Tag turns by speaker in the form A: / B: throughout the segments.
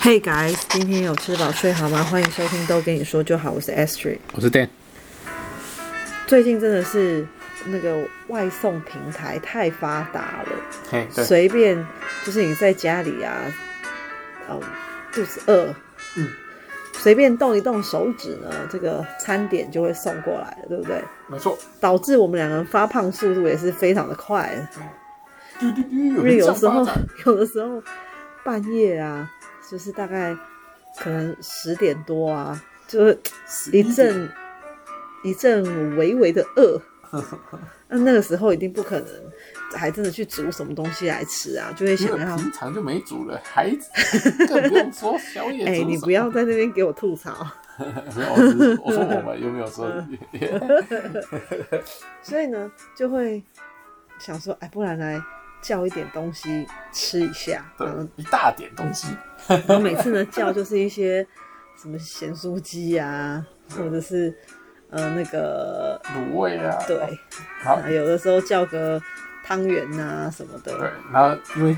A: Hey guys，今天有吃饱睡好吗？欢迎收听都跟你说就好，我是 Astrid。
B: 我是 Dan，
A: 最近真的是那个外送平台太发达了，
B: 嘿，对，
A: 随便就是你在家里啊，哦，肚子饿，
B: 嗯，
A: 随便动一动手指呢，这个餐点就会送过来了，对不对？
B: 没错，
A: 导致我们两个人发胖速度也是非常的快的，
B: 嘟嘟
A: 因
B: 嘟
A: 为有的时候， 有的时候半夜啊，就是大概可能十点多啊，就是一阵一阵微微的 饿。那那个时候一定不可能，还真的去煮什么东西来吃啊，就会
B: 因
A: 想
B: 为
A: 要。
B: 平常就没煮了，还 更不用说宵夜
A: 哎、
B: 煮什么
A: 你不要，在那边给我吐槽。
B: 没有我 是我说我们又没有说，
A: 嗯所以呢，就会想说，哎，不然来叫一点东西吃一下。
B: 对
A: 嗯，
B: 一大点东西，
A: 然后每次呢叫就是一些什么咸酥鸡啊，或者是呃那个
B: 卤味啊，
A: 对，
B: 好
A: 啊有的时候叫个汤圆呐什么
B: 对
A: 的，，
B: 然后因为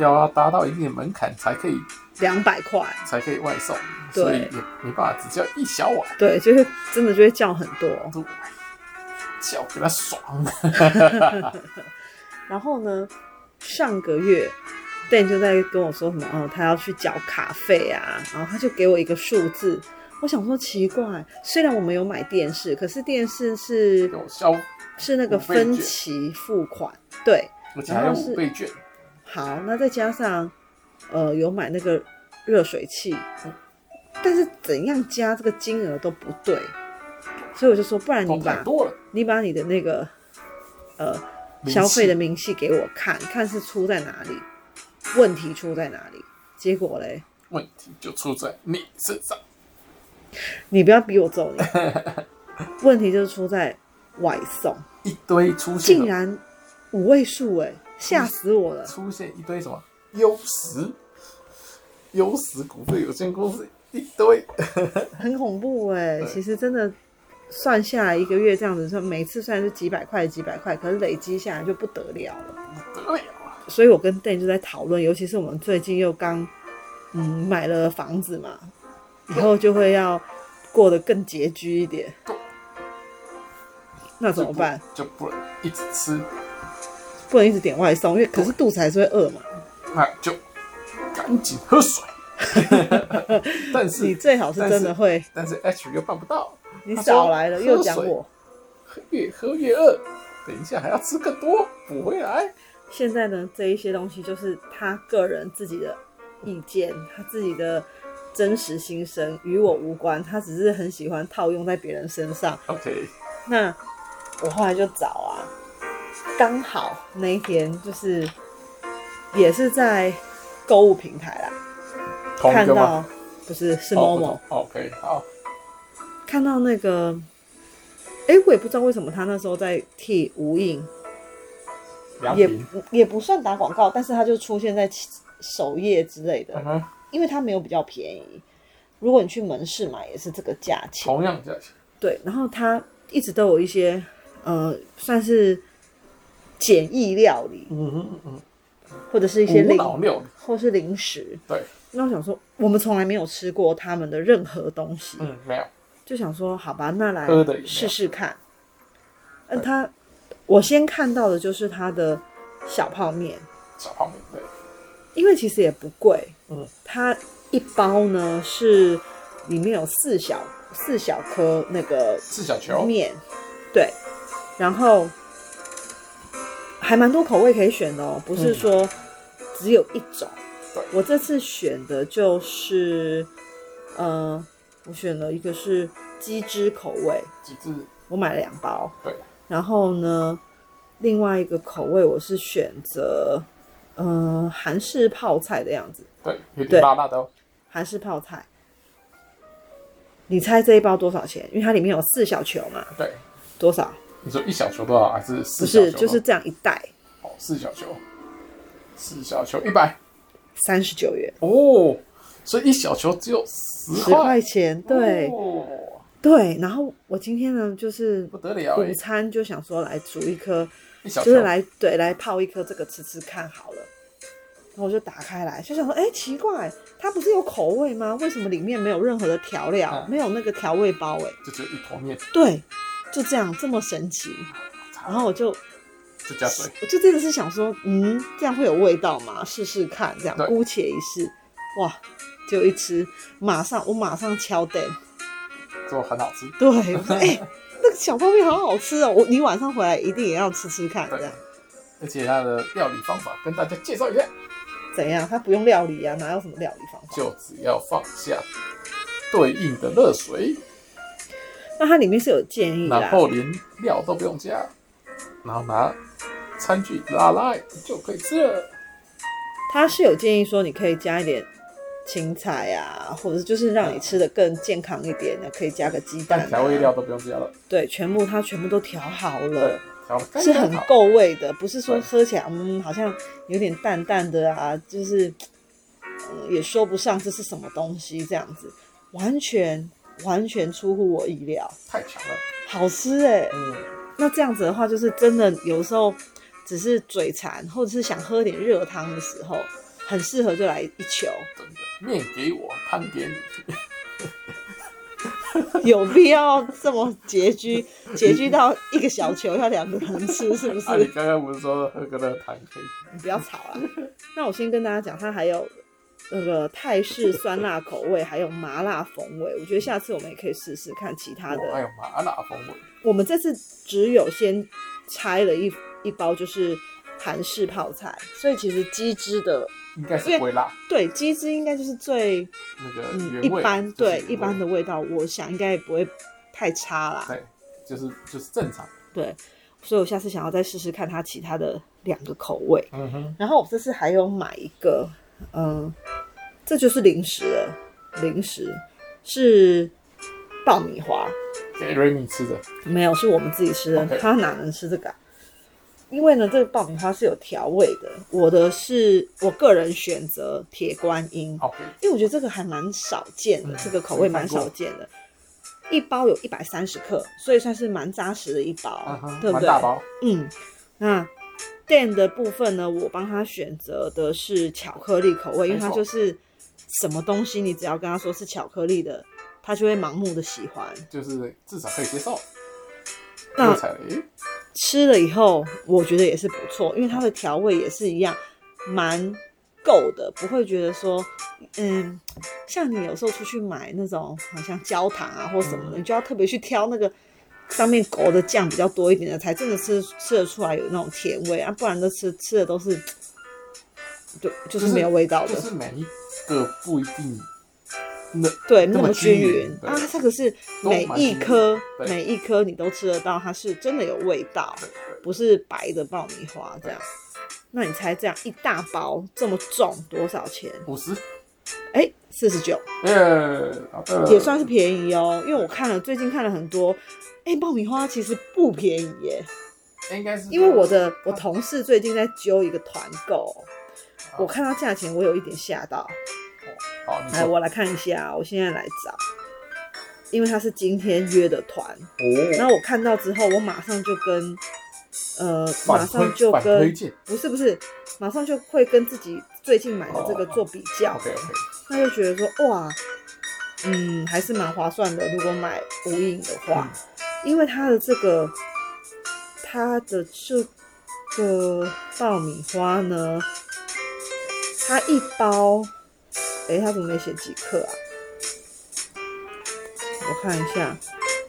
B: 要达到一定的门槛才可以
A: 两百块，
B: 才可以外送，
A: 对
B: 所以也没办法，只叫一小碗，
A: 对，就是真的就会叫很多。
B: 对叫给他爽，
A: 然后呢，上个月 Dan 就在跟我说什么哦，他要去缴卡费啊，然后他就给我一个数字。我想说奇怪，虽然我们有买电视，可是电视是
B: 有消，
A: 是那个
B: 五倍券
A: 分期付款，对，
B: 而且还有
A: 然后是
B: 五倍券，
A: 好，那再加上呃有买那个热水器，但是怎样加这个金额都不对，所以我就说，不然
B: 都
A: 你
B: 太
A: 把
B: 多了，
A: 你把你的那个呃
B: 明
A: 消费
B: 细
A: 的明细给我看看是出在哪里，问题出在哪里。结果嘞，
B: 问题就出在你身上。
A: 你不要逼我揍 你，问题就是出在外送，
B: 一堆出现
A: 竟
B: 了
A: 然五位数哎、吓死我了！
B: 出现一堆什么优时优时股份有限公司一堆，
A: 很恐怖哎、
B: 对
A: 其实真的算下来一个月这样子算，每次虽然是几百块几百块，可是累积下来就不得了了。
B: 不得了啊！
A: 所以我跟 Dan 就在讨论，尤其是我们最近又刚嗯买了房子嘛，以后就会要过得更拮据一点
B: 对。
A: 那 怎么办？
B: 就不能一直吃，
A: 不能一直点外送，因为可是肚子还是会饿嘛。
B: 那就赶紧喝水。 但
A: 你
B: 是
A: 最好是真的会，
B: 但是 H 又办不到，
A: 你
B: 他说
A: 少来了，又讲
B: 喝水
A: 我。
B: 越喝越饿，等一下还要吃更多补回来。
A: 现在呢，这一些东西就是他个人自己的意见，他自己的真实心声，与我无关。他只是很喜欢套用在别人身上。
B: OK，
A: 那我后来就找啊，刚好那一天就是也是在购物平台啦，
B: 同一
A: 看
B: 个吗？
A: 到不是是某
B: 哦不
A: 某、
B: 同 OK，好，
A: 看到那个，哎、我也不知道为什么他那时候在替无印
B: 良
A: 也
B: 品。
A: 不也不算打广告，但是它就出现在其首页之类的
B: 嗯，哼，
A: 因为它没有比较便宜。如果你去门市买，也是这个价钱。
B: 同样价钱，
A: 对，然后它一直都有一些呃，算是简易料理，
B: 嗯哼嗯
A: 或者是一些
B: 嗯，无
A: 零，
B: 脑料理，
A: 或是零食。
B: 对，
A: 那我想说，我们从来没有吃过他们的任何东西，
B: 嗯，没有，
A: 就想说，好吧，那来
B: 喝的饮料
A: 试试看。那它，我先看到的就是它的小泡面，
B: 小泡面，对，
A: 因为其实也不贵，
B: 嗯，
A: 它一包呢是里面有四小四小颗那个
B: 四小球，
A: 面，对，然后还蛮多口味可以选的哦，不是说只有一种。
B: 嗯对
A: 我这次选的就是，呃，我选了一个是鸡汁口味，
B: 几只，
A: 我买了两包，
B: 对，
A: 然后呢，另外一个口味我是选择，呃，韩式泡菜的样子，
B: 对，有
A: 对
B: 点辣辣的哦，
A: 韩式泡菜。你猜这一包多少钱？因为它里面有四小球嘛，
B: 对。
A: 多少？
B: 你说一小球多少？还是四
A: 不
B: 小
A: 是，
B: 球多少？
A: 就是这样一袋，
B: 哦，四小球，四小球一百
A: 三十九元，
B: 哦，所以一小球只有十
A: 十块钱，对、
B: 哦，
A: 对。然后我今天呢，就是
B: 不得了
A: 午
B: 哎，
A: 餐就想说来煮一颗，
B: 一小
A: 就
B: 球
A: 是来对来泡一颗这个吃吃看好了。后我就打开来，就想说，哎、奇怪，它不是有口味吗？为什么里面没有任何的调料，
B: 嗯
A: 没有那个调味包、哎，
B: 就只有一坨面，
A: 对，就这样这么神奇。然后我就
B: 嗯就加水。
A: 我就真的是想说，嗯，这样会有味道吗？试试看，这样
B: 对
A: 姑且一试。哇，就一吃，马上我马上敲灯。
B: 就很好吃。
A: 对，我说哎、那个小泡面好好吃哦，我你晚上回来一定也要吃吃看，这样
B: 而且它的料理方法跟大家介绍一下，
A: 怎样？它不用料理啊，哪有什么料理方法？
B: 就只要放下对应的热水，
A: 那它里面是有建议的、
B: 然
A: 啊，
B: 后连料都不用加，然后拿餐具拉拉就可以吃了。
A: 它是有建议说你可以加一点青菜啊，或者是就是让你吃的更健康一点，可以加个鸡蛋、
B: 但
A: 啊，
B: 调味料都不用加了，
A: 对，全部它全部都调好了
B: 对。，调的刚
A: 是很
B: 刚好。
A: 够味的，不是说
B: 对
A: 喝起来嗯好像有点淡淡的啊，就是、呃也说不上这是什么东西这样子，完全完全出乎我意料，
B: 太强了。
A: 好吃哎、
B: 嗯，
A: 那这样子的话，就是真的有时候只是嘴馋或者是想喝点热汤的时候，很适合就来一球，
B: 真的，面给我，汤给 你，
A: 有必要这么拮据， 拮据到一个小球要两个人吃是 不是？
B: 啊，你刚刚不是说喝个热汤可以？
A: 你不要吵啊。那我先跟大家讲，它还有那个泰式酸辣口味，还有麻辣风味。我觉得下次我们也可以试试看其他
B: 我还
A: 的。
B: 有哎麻辣风味，
A: 我们这次只有先拆了一一包，就是韩式泡菜，所以其实鸡汁的
B: 应该是不会辣，
A: 对鸡汁应该就是最
B: 那个
A: 嗯
B: 原
A: 一
B: 味
A: 般
B: 就是
A: 对
B: 原味
A: 一般的味道，我想应该也不会太差啦。
B: 对，就是就是正常。
A: 对，所以我下次想要再试试看它其他的两个口味。
B: 嗯哼，
A: 然后我这次还有买一个，嗯，这就是零食了，零食是爆米花，
B: 给瑞米吃的，
A: 没有是我们自己吃的
B: OK
A: 他哪能吃这个啊、因为呢，这个爆米花是有调味的，我的是我个人选择铁观音，
B: 好给
A: 因为我觉得这个还蛮少见的，
B: 嗯
A: 这个口味蛮少见的。一包有一百三十克，所以算是蛮扎实的一包，
B: 啊哈，
A: 对不
B: 蛮
A: 对？
B: 大包，
A: 嗯，那蛋的部分呢，我帮他选择的是巧克力口味，因为
B: 没
A: 它
B: 错
A: 就是什么东西，你只要跟他说是巧克力的，他就会盲目的喜欢。
B: 就是至少可以接受。
A: 那嗯
B: 六彩雷，
A: 吃了以后，我觉得也是不错，因为它的调味也是一样，蛮够的，不会觉得说，嗯，像你有时候出去买那种好像焦糖啊或什么的，你就要特别去挑那
B: 嗯
A: 个上面勾的酱比较多一点的，才真的吃吃得出来有那种甜味啊，不然都吃吃的都是，就就是没有味道的，
B: 就是每一个不一定那
A: 对，
B: 那
A: 那么均匀
B: 对
A: 啊，它可是
B: 都
A: 每
B: 蛮均
A: 一
B: 匀的
A: 颗
B: 对
A: 每一颗你都吃得到，它是真的有味道。
B: 对对
A: 不是白的爆米花这样。那你猜这样一大包这么重多少钱？
B: 五十，
A: 哎，四十九，
B: 呃，好的
A: 也算是便宜哦。因为我看了最近看了很多，哎，爆米花其实不便宜耶。
B: 应该是
A: 因为我的我同事最近在揪一个团购，
B: 啊
A: 我看到价钱我有一点吓到。
B: 好，你
A: 来，
B: 说
A: 我来看一下，我现在来找，因为他是今天约的团，然
B: 哦，
A: 后我看到之后，我马上就跟呃，马
B: 反
A: 上就
B: 推反
A: 跟
B: 推荐
A: 不是不是，马上就会跟自己最近买的这个做比较，
B: ，OK OK，
A: 那就觉得说哇，嗯，还是蛮划算的。如果买无印的话，
B: 嗯
A: 因为它的这个它的这个爆米花呢，它一包，诶，它怎么没写几克啊？我看一下，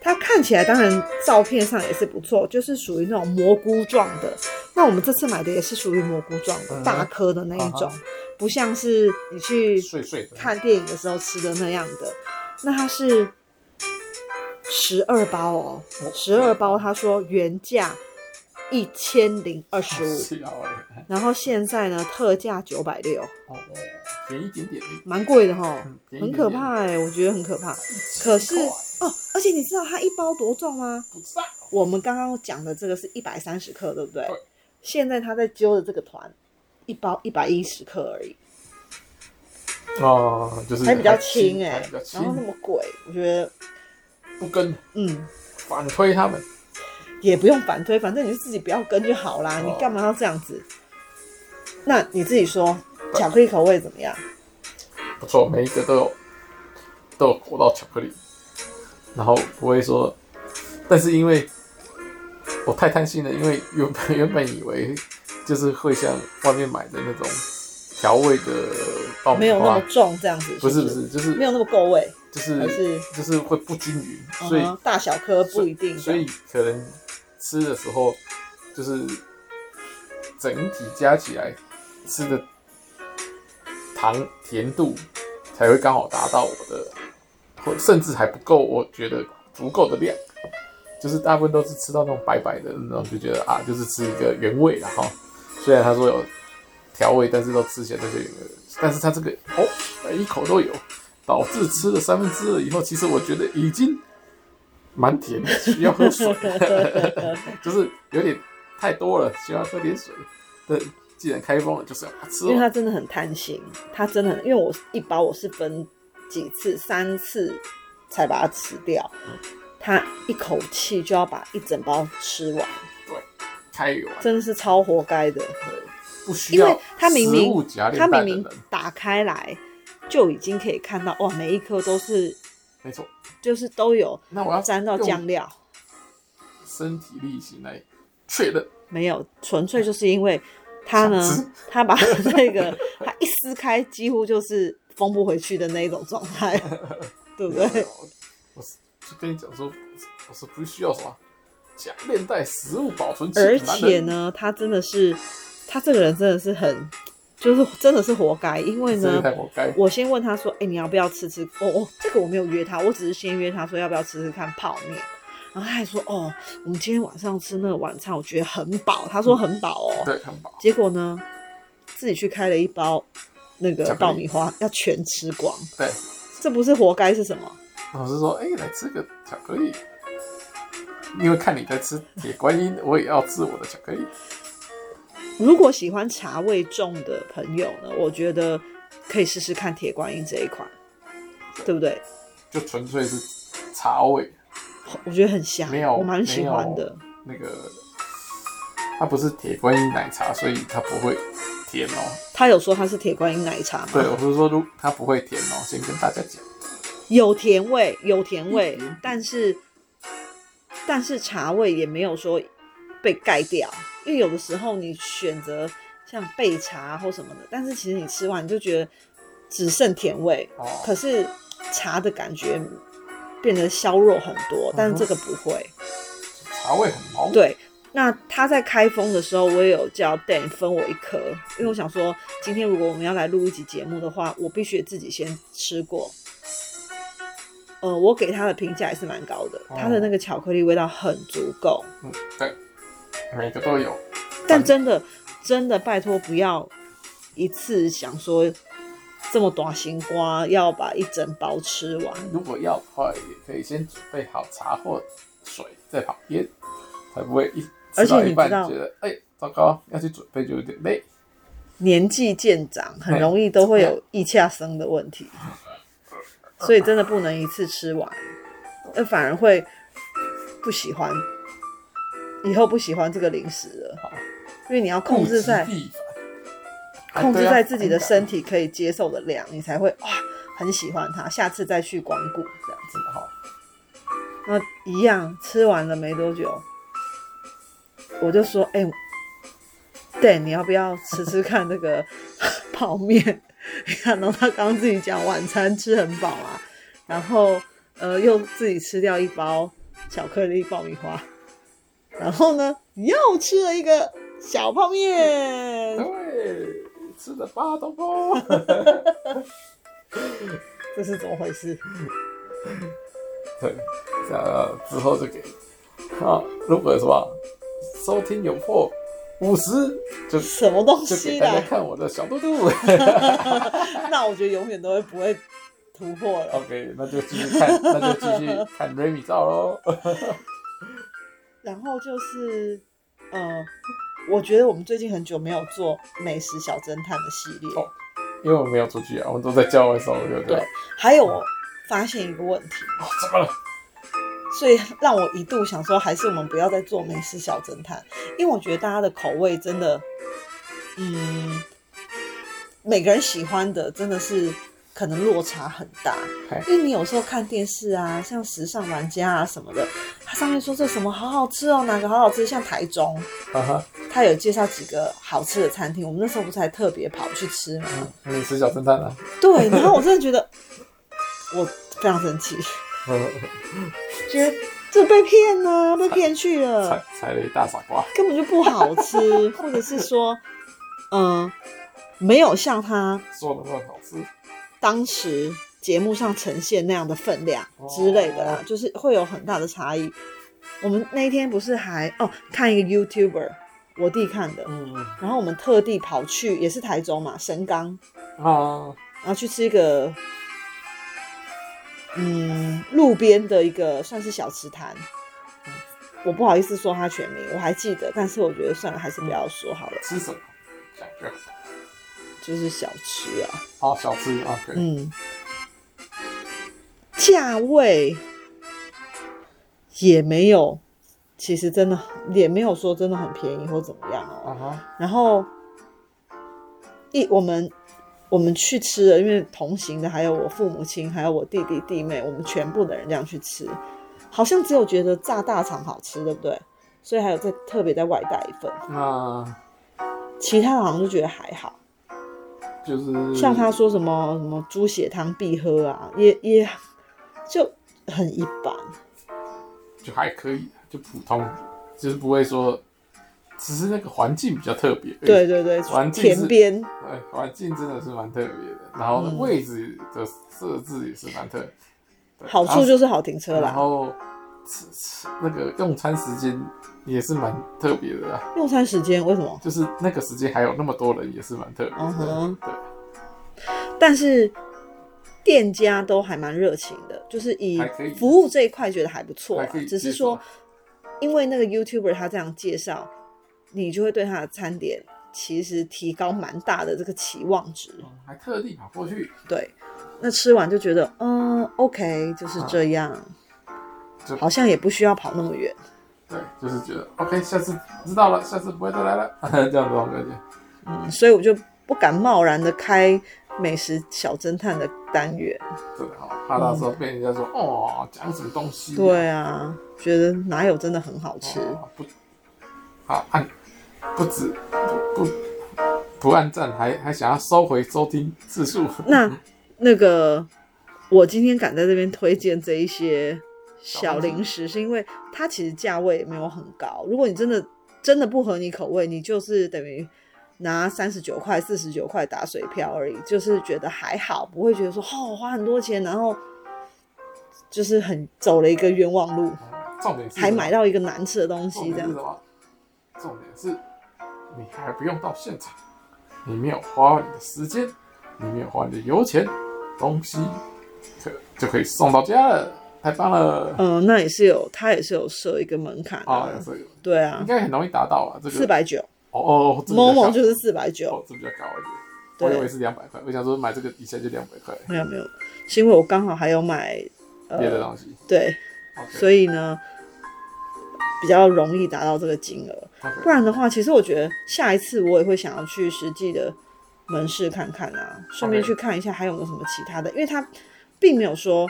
A: 它看起来当然照片上也是不错，就是属于那种蘑菇状的。那我们这次买的也是属于蘑菇状的，
B: 嗯
A: 大颗的那一种，
B: 啊
A: 不像是你去
B: 碎碎的，
A: 看电影的时候吃的那样的。那它是十二包哦，
B: 哦
A: 十二包，他说原价一千零二十五，
B: 是啊，哎
A: 然后现在呢特价九百六，
B: 哦，哦便宜一点点，
A: 蛮贵的哈
B: 嗯，便
A: 很
B: 宜一点
A: 可
B: 点
A: 怕哎、我觉得很可怕。可是
B: 奇怪
A: 哦，而且你知道它一包多重吗？
B: 不知道，
A: 我们刚刚讲的这个是一百三十克，对不对？
B: 对
A: 现在他在揪的这个团，一包一百一十克而已，
B: 哦，就是
A: 还比较轻哎、
B: 还比较
A: 然后那
B: 轻，
A: 么贵，我觉得
B: 不跟
A: 嗯。
B: 反推他们，
A: 也不用反推，反正你就自己不要跟就好啦，
B: 哦
A: 你干嘛要这样子？那你自己说，
B: 呃
A: 巧克力口味怎么样？
B: 不错，每一个都有都有裹到巧克力，然后不会说，但是因为我太贪心了，因为原本原本以为就是会像外面买的那种调味的爆
A: 没
B: 米
A: 有那
B: 花
A: 么，重，这样子
B: 不是
A: 是
B: 不是，就是
A: 没有那么够味，
B: 就是
A: 还是
B: 就是会不均匀，所以
A: 嗯哼大小颗不一定。
B: 所以可能吃的时候就是整体加起来吃的糖甜度才会刚好达到我的，或甚至还不够，我觉得足够的量。就是大部分都是吃到那种白白的，然后就觉得啊，就是吃一个原味然后虽然他说有调味，但是都吃起来都是原味的，但是他这个哦，每一口都有，导致吃了三分之二以后，其实我觉得已经蛮甜的，需要喝 水，就是有点太多了，需要喝点水。但既然开封了，就是要把它吃
A: 因为他
B: 完。
A: 真的很贪心，他真的很，因为我一包我是分几次，三次才把它吃掉，他一口气就要把一整包吃完，
B: 开完，
A: 真的是超活该的。
B: 对，不需
A: 因为
B: 要
A: 他明
B: 食物
A: 明
B: 夹
A: 他
B: 炼
A: 明
B: 蛋的人
A: 明，打开来就已经可以看到，哇，每一颗都是
B: 没错。
A: 就是都有
B: 那我要
A: 沾到
B: 用
A: 酱料，
B: 身体力行来确认，
A: 没有，纯粹就是因为他呢
B: 想吃，
A: 他把那个他一撕开，几乎就是封不回去的那一种状态， 对不对？
B: 我我是就跟你讲说，我是不需要什么夹链袋食物保存器，
A: 而
B: 男
A: 且
B: 人
A: 呢，他真的是，他这个人真的是很，就是真的是活该，因为
B: 这个
A: 呢，
B: 太活该。
A: 我先问他说：“哎、你要不要吃吃？”哦哦，这个我没有约他，我只是先约他说要不要吃吃看泡面。然后他还说：“哦，我们今天晚上吃那个晚餐，我觉得很饱。”他说很饱哦。
B: 对，很饱。
A: 结果呢，自己去开了一包那
B: 巧克
A: 个
B: 力
A: 爆米花，要全吃光，
B: 对，
A: 这不是活该是什么？
B: 老师说，哎、来吃个巧克力，因为看你在吃铁观音，我也要吃我的巧克力。
A: 如果喜欢茶味重的朋友呢，我觉得可以试试看铁观音这一款，对不对？
B: 就纯粹是茶味，
A: 我觉得很香，
B: 没有
A: 我蛮喜欢的。
B: 那个它不是铁观音奶茶，所以它不会甜哦。
A: 他有说他是铁观音奶茶
B: 对，
A: 吗？
B: 我是说，如它不会甜哦，先跟大家讲。
A: 有甜味，有甜味
B: 一点，
A: 但是但是茶味也没有说被盖掉，因为有的时候你选择像焙茶或什么的，但是其实你吃完你就觉得只剩甜味，
B: 哦
A: 可是茶的感觉变得削弱很多，但是这个不会。
B: 茶味很浓。
A: 对，那他在开封的时候，我也有叫 Dan 分我一颗，因为我想说，今天如果我们要来录一集节目的话，我必须自己先吃过。呃，我给他的评价也是蛮高的，他的那个巧克力味道很足够，
B: 嗯，对，每个都有。
A: 但真的真的拜托不要一次想说这么短行瓜要把一整包吃完，
B: 如果要的话，也可以先准备好茶或水在旁边，才不会一
A: 而
B: 吃
A: 且
B: 到
A: 你
B: 一半
A: 知道
B: 觉得哎、糟糕，要去准备就有点累。
A: 年纪渐长，
B: 嗯
A: 很容易都会有易恰生的问题，所以真的不能一次吃完，那反而会不喜欢，以后不喜欢这个零食了
B: 好，
A: 因为你要控制在
B: 物极必反啊
A: 控制在自己的身。
B: 哎对啊反感
A: 体可以接受的量，你才会哇很喜欢它，下次再去光顾这样。
B: 真的好，
A: 那一样吃完了没多久，我就说：“哎、对，你要不要吃吃看那个 泡面？ 你看到他刚刚自己讲晚餐吃很饱啊，然后呃又自己吃掉一包巧克力爆米花，然后呢又吃了一个小泡面，
B: 哦对，吃的八都饱。
A: 这是怎么回事？
B: 对，呃，之后就给啊，如果有什么收听有破五十，就
A: 什么东
B: 就给
A: 西
B: 大家
A: 啦？
B: 看我的小肚肚。
A: 那我觉得永远都会不会突破了。”
B: OK，那就继续看，那就继续看 Remy 照喽。
A: 然后就是，呃，我觉得我们最近很久没有做美食小侦探的系列。
B: 哦因为我没有出去啊，我们都在教外收，对不对？
A: 对，还有我发现一个问题，
B: 哦，怎么了？
A: 所以让我一度想说，还是我们不要再做美食小侦探，因为我觉得大家的口味真的，嗯，每个人喜欢的真的是可能落差很大
B: 嘿。
A: 因为你有时候看电视啊，像时尚玩家啊什么的，它上面说这什么好好吃哦，哪个好好吃，像台中，
B: 哈啊哈，
A: 它有介绍几个好吃的餐厅，我们那时候不是还特别跑去吃嘛？
B: 你是小侦探 啊？
A: 对，然后我真的觉得我非常生气，
B: 嗯
A: 觉得这被骗呢、被骗去了。
B: 踩踩雷大傻瓜，
A: 根本就不好吃， 或者是说，嗯、没有像他
B: 说的很好吃。
A: 当时节目上呈现那样的分量之类的啦，
B: 哦
A: 就是会有很大的差异。我们那一天不是还哦看一个 YouTuber，我弟看的，
B: 嗯
A: 然后我们特地跑去也是台州嘛，神冈，
B: 啊，
A: 然后去吃一个。嗯，路边的一个算是小吃摊，我不好意思说它全名，我还记得，但是我觉得算了，还是不要说好了。
B: 吃什么？讲一个
A: 就是小吃啊，
B: 好小吃啊，可以。
A: 嗯，价位也没有，其实真的也没有说真的很便宜或怎么样哦。
B: 啊哈，
A: 然后一我们我们去吃了，因为同行的还有我父母亲，还有我弟弟弟妹，我们全部的人这样去吃，好像只有觉得炸大肠好吃，对不对？所以还有再特别再外带一份，
B: 那
A: 其他的好像就觉得还好。
B: 就是
A: 像他说什么什么猪血汤必喝啊，也也就很一般。
B: 就还可以，就普通，就是不会说，只是那个环境比较特别。
A: 对，对对
B: 环，境是
A: 田边
B: 哎，环境真的是蛮特别的，然后
A: 嗯
B: 位置的设置也是蛮特别。对
A: 好处就是好停车
B: 然
A: 啦，
B: 后吃吃那个用餐时间也是蛮特别的啊，
A: 用餐时间为什么？
B: 就是那个时间还有那么多人也是蛮特别
A: 嗯
B: 的
A: 哼。
B: 对，
A: 但是店家都还蛮热情的，就是以
B: 还可以
A: 服务这一块觉得还不错
B: 还
A: 啦
B: 可以，
A: 只是
B: 接受
A: 说因为那个 YouTuber 他这样介绍，你就会对他的餐点其实提高蛮大的这个期望值。
B: 嗯还特地跑过去，
A: 对，那吃完就觉得嗯，OK，就是这样，
B: 就
A: 好像也不需要跑那么远。
B: 对，就是觉得 OK，下次知道了，下次不会再来了， 这样子那种感觉。
A: 嗯，所以我就不敢贸然的开美食小侦探的单元。
B: 真的好，哦怕到时候被人家说、哦，讲什么东西、啊？
A: 对啊，觉得哪有真的很好吃？
B: 哦不，啊按不止不不不按赞，还还想要收回收听次数。
A: 那那个，我今天敢在这边推荐这一些小零食，是因为它其实价位也没有很高。如果你真的真的不合你口味，你就是等于拿三十九块、四十九块打水漂而已，就是觉得还好，不会觉得说哦花很多钱，然后就是很走了一个冤枉路，
B: 重点是
A: 还买到一个难吃的东
B: 重
A: 西这
B: 点
A: 样
B: 是什。么？重点是你还不用到现场，你没有花你的时间，你没有花你的油钱，东西可就可以送到家了，太 棒了！
A: 嗯、那也是有，它也是有设一个门槛
B: 啊，
A: 的。
B: 这个
A: 对
B: 应
A: 啊，
B: 该很容易达到啊，这个
A: 四百九，
B: 哦哦，这比较
A: 某某
B: 高
A: 就是四百九。
B: 哦，这比较高一点。
A: 对
B: 我以为是两百块，我想说买这个一下就两百块，
A: 没有没有，是因为我刚好还有买
B: 别的东西。
A: 对，
B: OK，
A: 呃所以呢比较容易达到这个金额。
B: OK
A: 不然的话，其实我觉得下一次我也会想要去实际的门市看看啊，顺便
B: OK
A: 去看一下还有没有什么其他的，因为它并没有说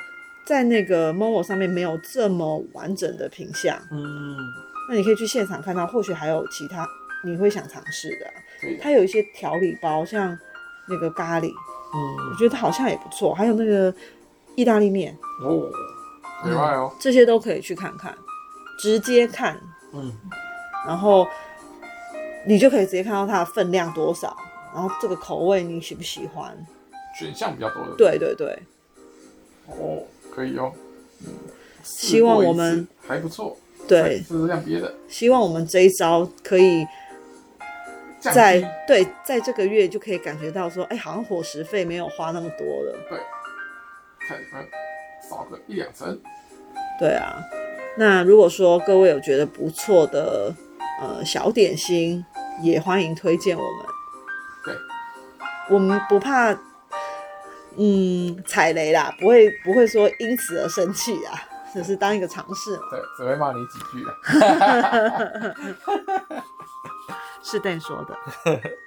A: 在那个 Momo 上面没有这么完整的品相，
B: 嗯，
A: 那你可以去现场看到，或许还有其他你会想尝试的啊、
B: 对的，
A: 它有一些调理包，像那个咖喱，我
B: 嗯，
A: 觉得好像也不错，还有那个意大利面。
B: 哦，没坏哦，
A: 这些都可以去看看，直接看，
B: 嗯，
A: 然后你就可以直接看到它的分量多少，然后这个口味你喜不喜欢？
B: 选项比较多的，，
A: 对对对，
B: 哦，可以哦，嗯，
A: 希望我们
B: 试过一次还不错，再
A: 对，
B: 试试看别的，
A: 希望我们这一招可以
B: 降
A: 在
B: 低
A: 对在这个月就可以感觉到说，哎，好像伙食费没有花那么多了。
B: 看有没有少个一两成，
A: 对啊，那如果说各位有觉得不错的呃小点心，也欢迎推荐我们。
B: 对，
A: 我们不怕，嗯，踩雷啦，不会不会说因此而生气啊，只是当一个尝试嘛。
B: 对，只会骂你几句啊，是邓说的。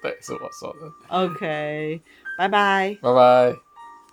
A: 对，是我说的。
B: OK，拜拜。
A: 拜拜。